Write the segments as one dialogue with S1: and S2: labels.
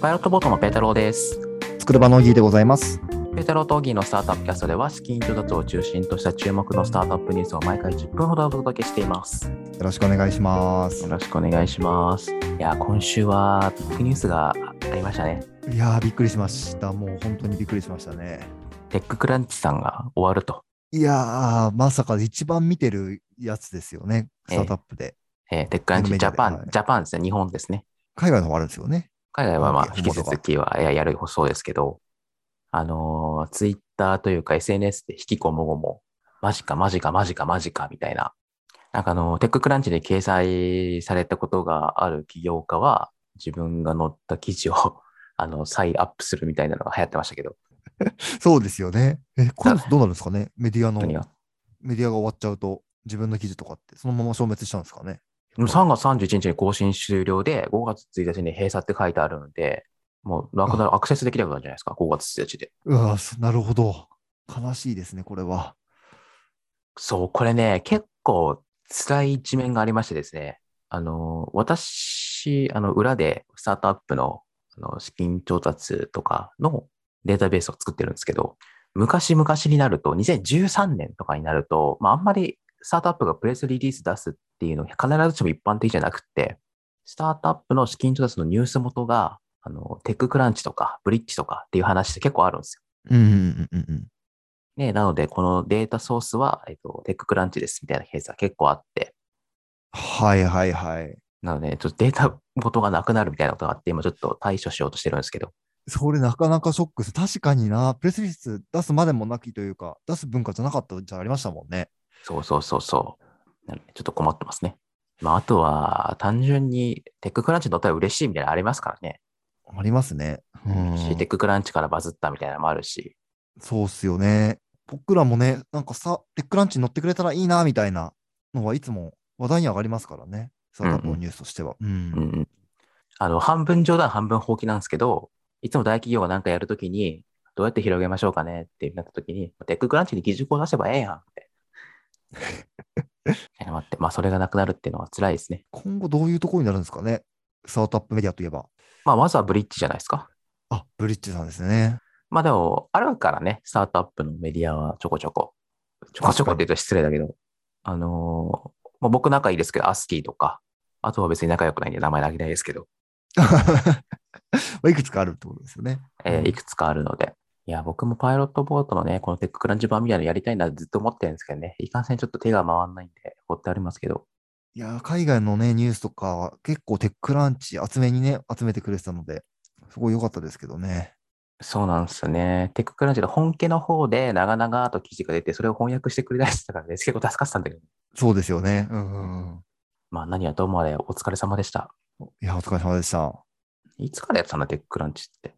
S1: パイロットボートのペータローです。
S2: 作る場のオギーでございます。
S1: ペータローとオギーのスタートアップキャストでは、資金調達を中心とした注目のスタートアップニュースを毎回10分ほどお届けしています。
S2: よろしくお願いします
S1: よ。ろしくお願いします。いやー、今週はビッグニュースがありましたね。
S2: いやー、びっくりしました。もう本当にびっくりしましたね。
S1: テッククランチさんが終わると。
S2: いやー、まさか一番見てるやつですよね。スタートアップで。
S1: えーテッククランチジャパ
S2: は
S1: ン
S2: い、
S1: ジャパンですね、日本ですね。
S2: 海外の方あるんですよね。
S1: 海外はま
S2: あ
S1: あ引き
S2: 本当
S1: 続
S2: だ
S1: きはややるそうですけど、あのツイッター Twitter というか SNS で引きこもごも、マジかマジかマジかマジかみたいな、なんかあのテッククランチで掲載されたことがある起業家は、自分が載った記事を あの再アップするみたいなのが流行ってましたけど、
S2: そうですよね。え、これどうなるんですかねメディアの、
S1: 何
S2: メ
S1: が
S2: ディアが終わっちゃうと、自分の記事とかって、そのまま消滅しちゃうんですかね。
S1: 3月31日に更新終了で、5月1日に閉鎖って書いてあるので、もうなくなるアクセスできなくなるんじゃないですか、5月1日で。
S2: うわーそなるほど。悲しいですね、これは。
S1: そう、これね、結構辛い一面がありましてですね、あの、私、あの、裏でスタートアップのあの資金調達とかのデータベースを作ってるんですけど、昔々になると、2013年とかになると、まあ、あんまりスタートアップがプレスリリース出すっていうのが必ずしも一般的じゃなくって、スタートアップの資金調達のニュース元が、あの、テッククランチとかブリッジとかっていう話って結構あるんですよ
S2: うんうんうんうん。
S1: ね、なので、このデータソースは、えっと、テッククランチですみたいなケースが結構あって、
S2: はいはいはい。
S1: なので、ちょっとデータ元がなくなるみたいなことがあって、今ちょっと対処しようとしてるんですけど、
S2: それなかなかショックです。確かにな、プレスリリース出すまでもなきというか、出す文化じゃなかったじゃありましたもんね。
S1: そうそうそうそう。なので、ちょっと困ってますね。まあ、あとは、単純にテッククランチに乗ったら嬉しいみたいなのありますからね。
S2: ありますね。うん
S1: しテッククランチからバズったみたいなのもあるし、
S2: そうっすよね。僕らもね、なんかさ、テックランチに乗ってくれたらいいな、みたいなのはいつも話題に上がりますからね。スタートアップのニュースとしては。うん
S1: うんうんあの、半分冗談、半分放棄なんですけど、いつも大企業が何かやるときに、どうやって広げましょうかねってなったときに、テッククランチに基準を出せばええやんって。え待って、まあ、それがなくなるっていうのは辛いですね。
S2: 今後どういうところになるんですかね。スタートアップメディアといえば。
S1: まあ、まずはブリッジじゃないですか。
S2: あ、ブリッジさんですね。
S1: まあ、でも、あるからね、スタートアップのメディアはちょこちょこ。ちょこちょこって言うと失礼だけど、あのーまあ、僕仲いいですけど、アスキーとか、あとは別に仲良くないんで名前あげないですけど、
S2: まあいくつかあるってことですよね。
S1: え
S2: うん
S1: ーいくつかあるので。いや、僕もパイロットボートのね、このテッククランチ版みたいなのやりたいなずっと思ってるんですけどね、いかんせんちょっと手が回んないんで、放ってありますけど、
S2: いやー、海外のね、ニュースとかは結構テックランチ集めにね、集めてくれてたので、すごい良かったですけどね。
S1: そうなんですよね。テッククランチの本家の方で長々と記事が出て、それを翻訳してくれ出してたからね、結構助かってたんだけど、
S2: そうですよね。うんうん
S1: まあ何はどうもあれ、お疲れ様でした。
S2: うん。いや、お疲れ様でした。っ
S1: いつからやってたんだ、テッククランチって。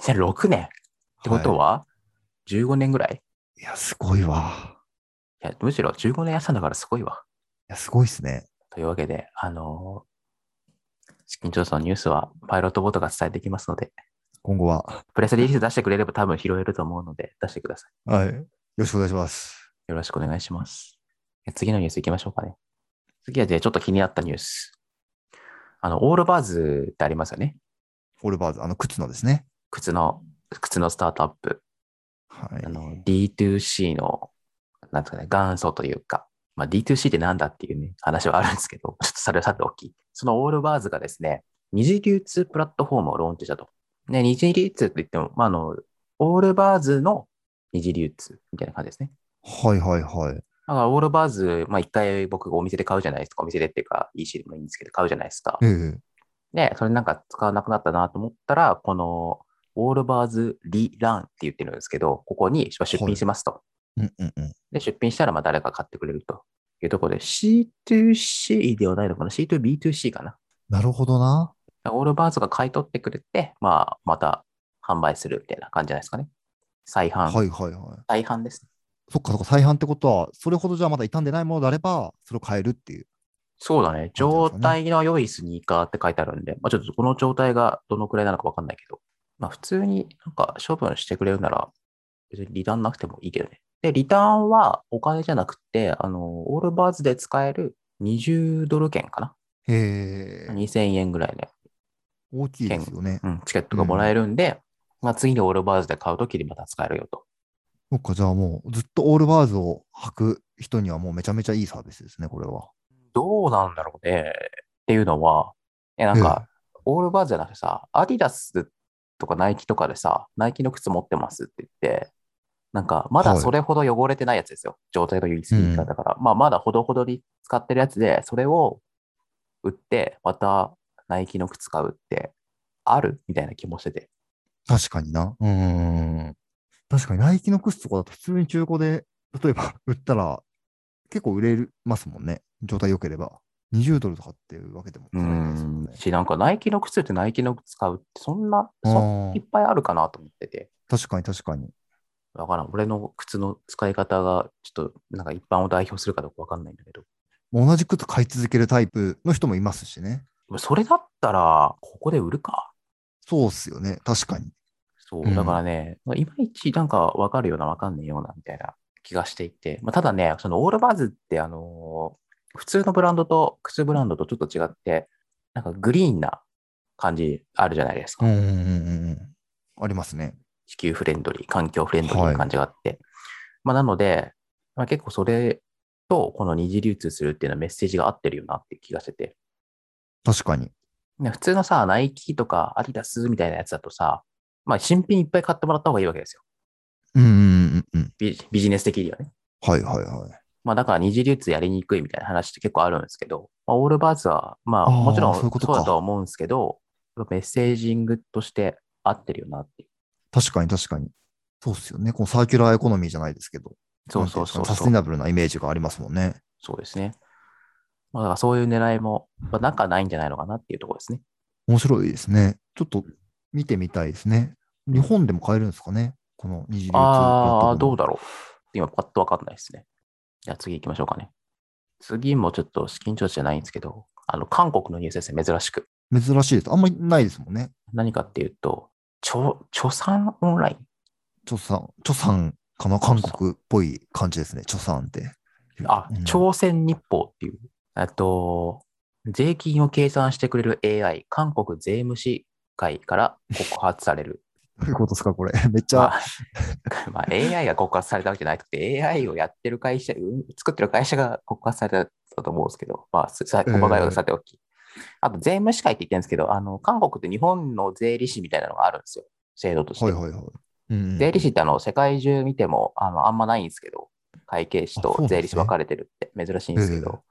S1: 2006年ってことは、15年ぐらい
S2: い、いや、すごいわ。
S1: いや、むしろ15年やってたんだからすごいわ。
S2: いや、すごいっすね。
S1: というわけで、あのー資金調査のニュースはパイロットボートが伝えていきますので、
S2: 今後は。
S1: プレスリリース出してくれれば多分拾えると思うので出してください。
S2: はい。よろしくお願いします。
S1: よろしくお願いします。え次のニュース行きましょうかね。次はでちょっと気になったニュース。あの、オールバーズってありますよね。
S2: フォルバーズ、あの、靴のですね。
S1: 靴の、靴のスタートアップ。
S2: はい。
S1: あの、D2C の、なんですかね、元祖というか、まあ、D2C ってなんだっていうね、話はあるんですけど、ちょっとそれはさておき。そのオールバーズがですね、二次流通プラットフォームをローンチしたと。ね、二次流通って言っても、まあ、あの、オールバーズの二次流通みたいな感じですね。
S2: はいはいはい。
S1: だから、オールバーズ、まあ、一回僕がお店で買うじゃないですか。お店でっていうか、EC でもいいんですけど、買うじゃないですか。
S2: ええ
S1: で、それなんか使わなくなったなと思ったら、この、オールバーズリランって言ってるんですけど、ここに出品しますと。
S2: うんうんうん。
S1: で、出品したら、まあ、誰か買ってくれるというところで、C2C ではないのかな ?C2B2C かな。
S2: なるほどな。
S1: オールバーズが買い取ってくれて、まあ、また販売するみたいな感じじゃないですかね。再販。
S2: はいはいはい。
S1: 再販ですね。
S2: そっかそっか、再販ってことは、それほどじゃあまだ傷んでないものであれば、それを変えるっていう。
S1: そうだね。
S2: 感じなん
S1: 状
S2: ですか
S1: 態の良いスニーカーって書いてあるんで、まあ、ちょっとこの状態がどのくらいなのかわかんないけど、まあ、普通になんか処分してくれるなら、別にリターンなくてもいいけどね。で、リターンはお金じゃなくて、あの、オールバーズで使える20ドル券かな。
S2: へえ。
S1: 2000円ぐらいね。
S2: 大きいですよね。
S1: うん、チケットがもらえるんで、まあ、次にオールバーズで買うときにまた使えるよと。
S2: そっか、じゃあもうずっとオールバーズを履く人にはもうめちゃめちゃいいサービスですね、これは。
S1: どうなんだろうね。っていうのは、え、なんか、オールバーズじゃなくてさ、アディダスとかナイキとかでさ、ナイキの靴持ってますって言って、なんか、まだ
S2: はい
S1: それほど汚れてないやつですよ。状態が唯一いいだから、まあ、まだほどほどに使ってるやつで、それを売って、またナイキの靴買うって、あるみたいな気もしてて。
S2: 確かにな。うーん。確かにナイキの靴とかだと普通に中古で、例えば 売ったら結構売れますもんね。状態良ければ。20ドルとかっていうわけでも買えないですもんね。
S1: し、なんか、ナイキの靴ってナイキの靴買うって、そんな、そん
S2: あ
S1: いっ
S2: ー
S1: ぱいあるかなと思ってて。
S2: 確かに確かに。
S1: だからん、俺の靴の使い方が、ちょっと、なんか一般を代表するかどうかわかんないんだけど。
S2: 同じ靴買い続けるタイプの人もいますしね。
S1: それだったら、ここで売るか。
S2: そうっすよね。確かに。
S1: そうう、
S2: ん
S1: だからね、いまいちなんかわかるような、わかんないような、みたいな気がしていて。まあ、ただね、そのオールバーズって、あのー普通のブランドと、靴ブランドとちょっと違って、なんかグリーンな感じあるじゃないですか。
S2: うんうんうんうんうん。ありますね。
S1: 地球フレンドリー、環境フレンドリー
S2: は
S1: ない感じがあって。まあ、なので、まあ、結構それと、この二次流通するっていうのはメッセージが合ってるよなって気がしてて。
S2: 確かに。
S1: ね普通のさ、ナイキとかアディダスみたいなやつだとさ、まあ、新品いっぱい買ってもらった方がいいわけですよ。
S2: うんうんうんうんうん。
S1: ビジビジネス的にはね。
S2: はいはいはい。
S1: まあ、だから二次流通やりにくいみたいな話って結構あるんですけど、まあ、オールバーズは、まあ、
S2: あー
S1: もちろん
S2: そ
S1: そう
S2: いうことか
S1: うだとは思うんですけど、メッセージングとして合ってるよなっていう。
S2: 確かに確かに。そうっすよね。このサーキュラーエコノミーじゃないですけど。
S1: そうそうそう
S2: なんていですかね
S1: そう
S2: サステナブルなイメージがありますもんね。
S1: そうですね。まあ、だからそういう狙いも、まあ、なんかないんじゃないのかなっていうところですね。
S2: 面白いですね。ちょっと見てみたいですね。日本でも買えるんですかねこの二次流通
S1: ああ、どうだ
S2: ろ
S1: ろう。今、パッとわかんないですね。じゃあ次行きましょうかね。次もちょっと資金調達じゃないんですけど、あの、韓国のニュースですね、珍しく。
S2: う珍しいです。あんまりないですもんね。
S1: 何かっていうと、著著産オンライン。
S2: チョさん、チョさんかな韓国っぽい感じですね。チョさんって。
S1: あ、
S2: うん
S1: 朝鮮日報っていう、えっと、税金を計算してくれる AI、韓国税務士会から告発される。
S2: どういうことですかこれ。 めっちゃ。
S1: まあ、まあ AI が告発されたわけじゃなくて、AI をやってる会社、うん作ってる会社が告発されたと思うんですけど、まあ、すさ細かいことさておき。あと、税務士会って言ってるんですけど、あの、韓国って日本の税理士みたいなのがあるんですよ。制度として。
S2: はいはいはい。うん
S1: 税理士ってあの、世界中見ても、あの、あんまないんですけど、会計士
S2: あそうな
S1: と
S2: んですね
S1: 税理士分かれてるって珍しいんですけ
S2: え
S1: ど、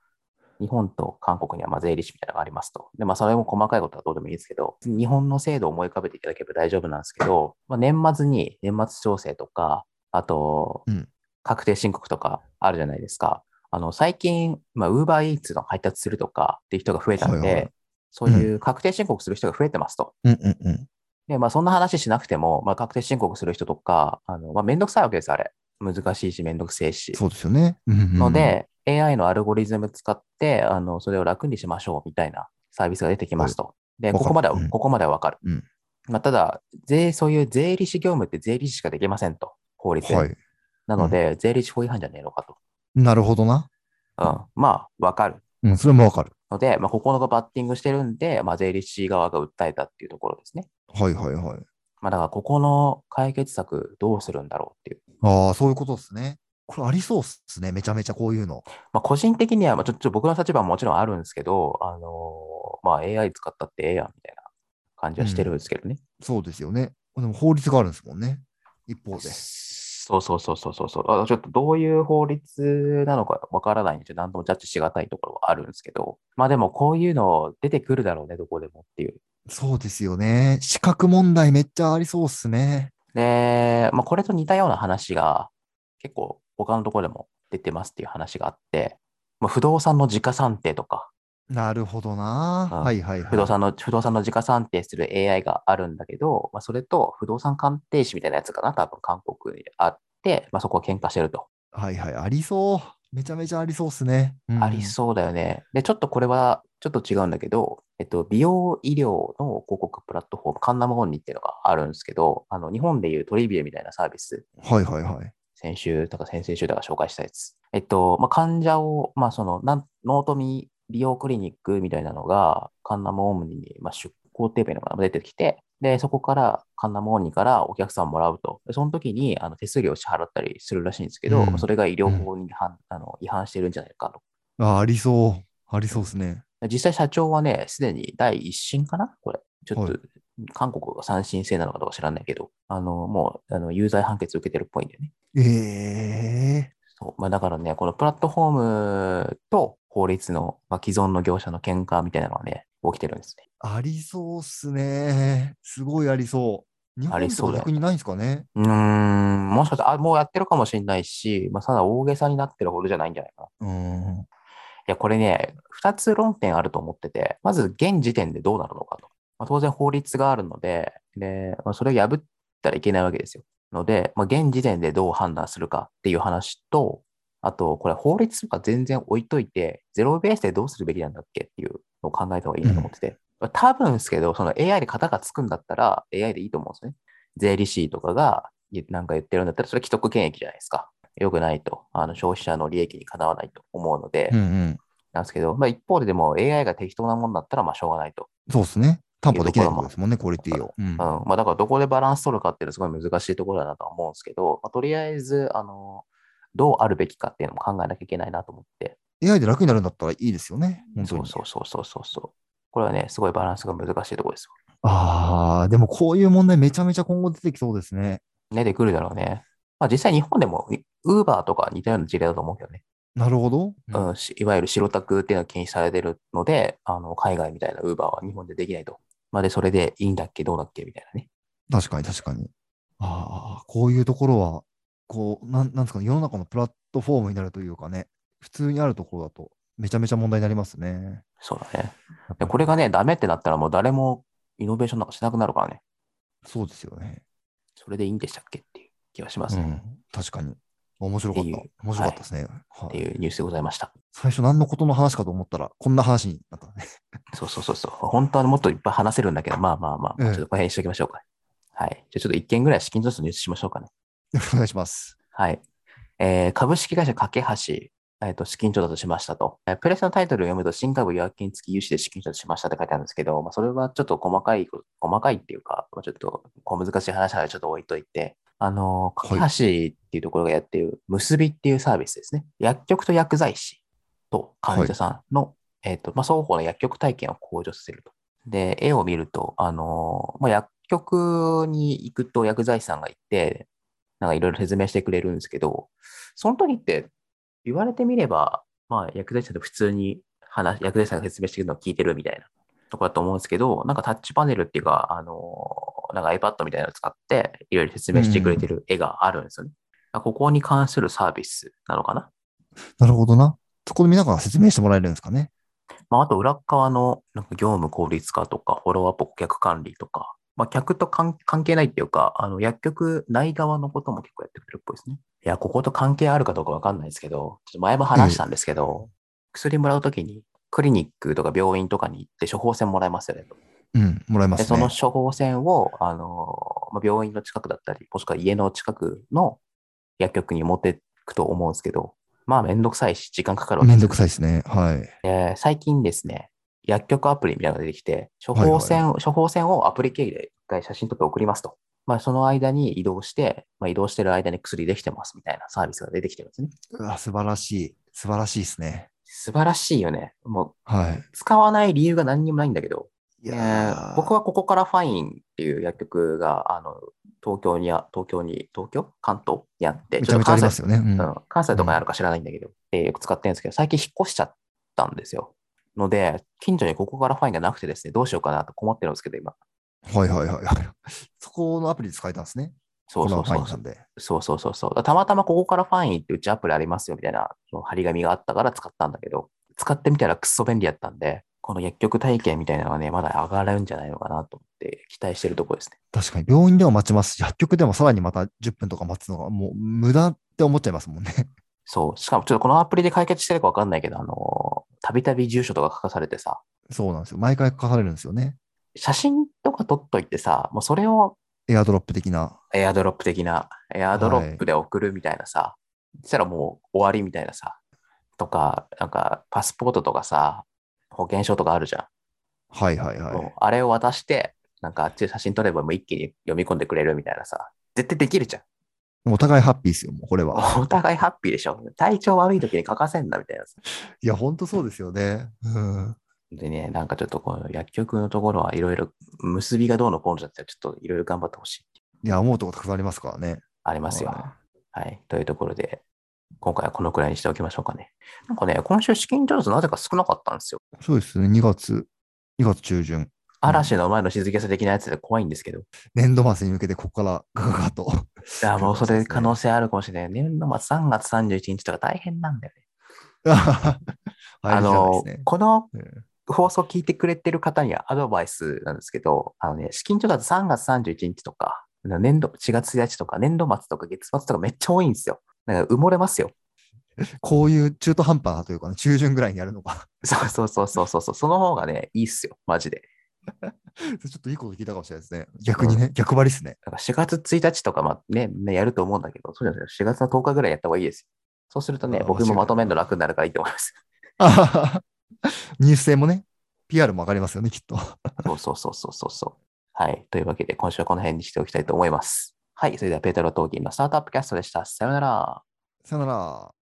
S1: 日本と韓国にはまあ税理士みたいなのがありますと。で、まあ、それも細かいことはどうでもいいですけど、日本の制度を思い浮かべていただければ大丈夫なんですけど、まあ、年末に年末調整とか、あと
S2: うん、
S1: 確定申告とかあるじゃないですか。あの、最近、まあ、ウーバーイーツの配達するとかっていう人が増えたので、
S2: はいはい
S1: そういう確定申告する人が増えてますと。
S2: うんうんうん。
S1: で、まあ、そんな話しなくても、まあ、確定申告する人とか、あのまあ、めんどくさいわけです、あれ。難しいし、めんどくせえし。
S2: そうですよね。うんうんうん
S1: の、で、AI のアルゴリズム使って、あの、それを楽にしましょうみたいなサービスが出てきますと。で、
S2: わかる
S1: ここまでは、
S2: うん
S1: ここまではわかる。
S2: うん
S1: まあ、ただ、税、そういう税理士業務って税理士しかできませんと、法律で。
S2: はい。
S1: なので、税理士法違反じゃねえのかと。
S2: なるほどな。
S1: うん。まあ、わかる。
S2: うん、それもわかる。
S1: ので、まあ、ここのがバッティングしてるんで、まあ、税理士側が訴えたっていうところですね。
S2: はいはいはい。
S1: まあ、だから、ここの解決策どうするんだろうっていう。
S2: ああ、そういうことですね。これありそうっすね。めちゃめちゃこういうの。
S1: まあ、個人的には、まあ、ちょっと僕の立場ももちろんあるんですけど、あのーまあ、AI 使ったってええやんみたいな感じはしてるんですけどね。
S2: そうですよね。でも法律があるんですもんね。一方で。
S1: そうそうそうそうそうそうあ。ちょっとどういう法律なのかわからないんで、何ともジャッジしがたいところはあるんですけど、まあでもこういうの出てくるだろうね、どこでもっていう。
S2: そうですよね。資格問題めっちゃありそうっすね。
S1: で、まあ、これと似たような話が結構他のところでも出てますっていう話があって、まあ、不動産の時価算定とか、
S2: なるほどな。
S1: うん
S2: はいはいはい。
S1: 不動産の、不動産の時価算定する AI があるんだけど、まあ、それと不動産鑑定士みたいなやつかな、多分韓国にあって、まあ、そこは喧嘩してると。
S2: はいはい。ありそう。めちゃめちゃありそうっすね。うん
S1: ありそうだよね。で、ちょっとこれはちょっと違うんだけど、えっと、美容医療の広告プラットフォーム、カンナムオンニっていうのがあるんですけど、あの、日本でいうトリビューみたいなサービス、
S2: はいはいはい。
S1: 先週とか先々週とか紹介したやつ。えっと、まあ、患者を、まあ、その、なん、ノートミ美容クリニックみたいなのが、カンナムオムニに、まあ、出工程名のが出てきて、で、そこから、カンナモーニからお客さんもらうと。でその時に、あの、手数料を支払ったりするらしいんですけど、
S2: うん
S1: それが医療法に違反、あの違反してるんじゃないかと。
S2: あ、ありそう。ありそうですね。
S1: 実際社長はね、すでに第一審かなこれ。ちょっと、
S2: は
S1: 韓国が三審制なのかどうか知らないけど、あの、もう、あの、有罪判決受けてるっぽいんだよね。
S2: ええ
S1: そう。まあ、だからね、このプラットフォームと法律の、まあ、既存の業者の喧嘩みたいなのがね、起きてるんですね。
S2: ありそうっすね。すごいありそう。日
S1: あ
S2: 本
S1: り
S2: と
S1: そ
S2: か
S1: うだよ
S2: 逆にないんですかね。
S1: うーん、もしかしたら、あ、もうやってるかもしれないし、まあ、ただ大げさになってるほどじゃないんじゃないかな。
S2: うん。
S1: いや、これね、二つ論点あると思ってて、まず現時点でどうなるのかと。まあ、当然法律があるので、で、まあ、それを破ったらいけないわけですよ。ので、まあ、現時点でどう判断するかっていう話と、あと、これ法律とか全然置いといて、ゼロベースでどうするべきなんだっけっていうのを考えた方がいいなと思ってて。まあ多分ですけど、その AI で型がつくんだったら AI でいいと思うんですよね。税理士とかがいなんか言ってるんだったら、それ既得権益じゃないですか。良くないと。あの消費者の利益にかなわないと思うので、
S2: うんうん。
S1: なんですけど、まあ、一方ででも AI が適当なもんだったらまあしょうがないと。
S2: そうですね。担保できないってことですもんね、クオリティを。うん
S1: うんまあ、だからどこでバランス取るかっていうのはすごい難しいところだなとは思うんですけど、まあ、とりあえずあのどうあるべきかっていうのも考えなきゃいけないなと思って。
S2: AI で楽になるんだったらいいですよね。本当
S1: そう
S2: に。
S1: そうそうそうそうそう。これはね、すごいバランスが難しいところです
S2: ああ、でもこういう問題めちゃめちゃ今後出てきそうですね。
S1: よ。出てくるだろうね。まあ、実際日本でも Uber とか似たような事例だと思うけどね。
S2: なるほど。うん
S1: うん、しいわゆる白タクっていうのが禁止されてるので、あの海外みたいな Uber は日本でできないと。まあ、で、それでいいんだっけ、どうだっけみたいなね。
S2: 確かに確かに。ああ、こういうところは、こう、なんなんですかね、世の中のプラットフォームになるというかね、普通にあるところだと、めちゃめちゃ問題になりますね。
S1: そうだね。
S2: やっ
S1: で、
S2: ぱり
S1: これがね、ダメってなったらもう誰もイノベーションなんかしなくなるからね。
S2: そうですよね。
S1: それでいいんでしたっけっていう気がしま
S2: う
S1: す。
S2: ん、確かに。面白かった。
S1: って
S2: 面
S1: いう
S2: 白かったですね。は
S1: って
S2: い
S1: いうニュースでございました。
S2: 最初何のことの話かと思ったら、こんな話になった ね。
S1: そうそうそうそう。本当はもっといっぱい話せるんだけど、まあまあまあ、
S2: ええ
S1: ちょっとこの辺にしておきましょうか。はい。じゃあちょっと一件ぐらい資金調達のニュースしましょうかね。
S2: お願いします。
S1: はい。えー株式会社架け橋、えーと、資金調達しましたと。えープレスのタイトルを読むと、新株予約金付き融資で資金調達しましたって書いてあるんですけど、まあ、それはちょっと細かい、細かいっていうか、まあ、ちょっと小難しい話なのでちょっと置いといて、あのー、架
S2: はい
S1: け橋っていうところがやっている、結びっていうサービスですね。薬局と薬剤師と患者さんの、えっ、と、まあ、双方の薬局体験を向上させると。で、絵を見ると、あのーまあ、薬局に行くと薬剤師さんがいて、なんかいろいろ説明してくれるんですけど、その時って言われてみれば、まあ、薬剤師さんと普通に話、薬剤師さんが説明してくるのを聞いてるみたいなとこだと思うんですけど、なんかタッチパネルっていうか、あのーなんか iPad みたいなのを使って、いろいろ説明してくれてる絵があるんですよね。あここに関するサービスなのかな
S2: なるほどな。そこで皆さん説明してもらえるんですかね。
S1: まあ、あと裏側のなんか業務効率化とか、フォローアップ顧客管理とか、まあ、客と関関係ないっていうか、あの薬局内側のことも結構やってくれるっぽいですね。いや、ここと関係あるかどうかわかんないですけど、ちょっと前も話したんですけど、薬もらうときに、クリニックとか病院とかに行って処方箋もらえますよねと。
S2: うん、もらえま
S1: で、
S2: す
S1: そ
S2: ね
S1: の。処方箋を、あの、まあ、病院の近くだったり、もしくは家の近くの薬局に持ってくと思うんですけど、まあ、めんどくさいし、時間かかるわけ
S2: め
S1: で
S2: ん
S1: す
S2: ど
S1: よ
S2: くさいですね。はい。
S1: えー最近ですね、薬局アプリみたいなのが出てきて、処方箋、処方箋をアプリ経由で一回写真撮って送りますと。まあ、その間に移動して、まあ、移動してる間に薬できてますみたいなサービスが出てきてるんですね。
S2: うわ、素晴らしい。素晴らしいですね。
S1: 素晴らしいよね。も
S2: はい。
S1: う、使わない理由が何にもないんだけど、
S2: い
S1: えー僕
S2: は、
S1: はここからファインっていう薬局が、あの、東京にあ、東京に、東京関東にあって、
S2: めちゃめちゃあります
S1: よ、
S2: よね。うん
S1: うん関西とかにあるか知らないんだけど、でよく使ってるんですけど、最近引っ越しちゃったんですよ。ので、近所にここからファインがなくてですね、どうしようかなと困ってるんですけど、今。
S2: はいはいはいはい。 そこのアプリで使えたんですね。
S1: そうそう
S2: この
S1: そ
S2: ファイ
S1: う
S2: ンさんで。
S1: そうそうそうそう。だからたまたまここからファインってうちアプリありますよみたいなその張り紙があったから使ったんだけど、使ってみたらクソ便利やったんで、この薬局体験みたいなのがね、まだ上がるんじゃないのかなと思って期待してるところですね。
S2: 確かに、病院でも待ちますし、薬局でもさらにまた10分とか待つのが、もう無駄って思っちゃいますもんね。
S1: そう。しかもちょっとこのアプリで解決してるかわかんないけど、あのーたびたび住所とか書かされてさ、
S2: そうなんですよ。毎回書かされるんですよね。
S1: 写真とか撮っといてさ、もうそれを
S2: エアドロップ的な。
S1: エアドロップ的な、エアドロップで送るみたいなさ、そしたらもう終わりみたいなさ、とか、なんかパスポートとかさ、保険証とかあるじゃん。
S2: はいはいは
S1: もう
S2: い。
S1: あれを渡して、なんかあっちで写真撮ればもう一気に読み込んでくれるみたいなさ、絶対できるじゃん。
S2: お互いハッピーですよ、もうこれは。
S1: お互いハッピーでしょ。体調悪い時に欠かせんだみたいなさ。
S2: いや、ほんとそうですよね。うん。
S1: でね、なんかちょっとこの薬局のところはいろいろ結びがどうのこうのじゃって、ちょっといろいろ頑張ってほしい。
S2: いや、思うとこたくさんありますからね。
S1: ありますよ。
S2: は
S1: はい。というところで、今回はこのくらいにしておきましょうかね。なんかね、今週資金調達なぜか少なかったんですよ。
S2: そうですね、2月、2月中旬。
S1: 嵐の前の静けさ的なやつで怖いんですけど。い
S2: 年度末に向けて、ここからガガガと。
S1: や、もうそれ
S2: そうですね
S1: 可能性あるかもしれない。年度末3月31日とか大変なんだよね。
S2: はい、
S1: あの、この
S2: うん
S1: 放送聞いてくれてる方にはアドバイスなんですけど、あのね、資金調達3月31日とか、年度、4月1日とか、年度末とか月末とかめっちゃ多いんですよ。なんか埋もれますよ。
S2: こういう中途半端なというかね、中旬ぐらいにやるのが、
S1: そうそうそうそうそうそう。その方がね、いいっすよ。マジで。
S2: ちょっといいこと聞いたかもしれないですね。逆にね、逆張りですね。
S1: なんか4月1日とかまあね、ねやると思うんだけど、そうじゃないですよ。4月の10日ぐらいやった方がいいですよ。そうするとね
S2: あ、ー
S1: 僕も
S2: 間違いない
S1: まとめるの楽になるからいいと思います。
S2: あははニュース性もね、PR も上がりますよね、きっと。
S1: そうそうそうそうそうそう。はい。というわけで、今週はこの辺にしておきたいと思います。はい。それでは、ペータロー・トーキンのスタートアップキャストでした。さようなら。
S2: さよなら。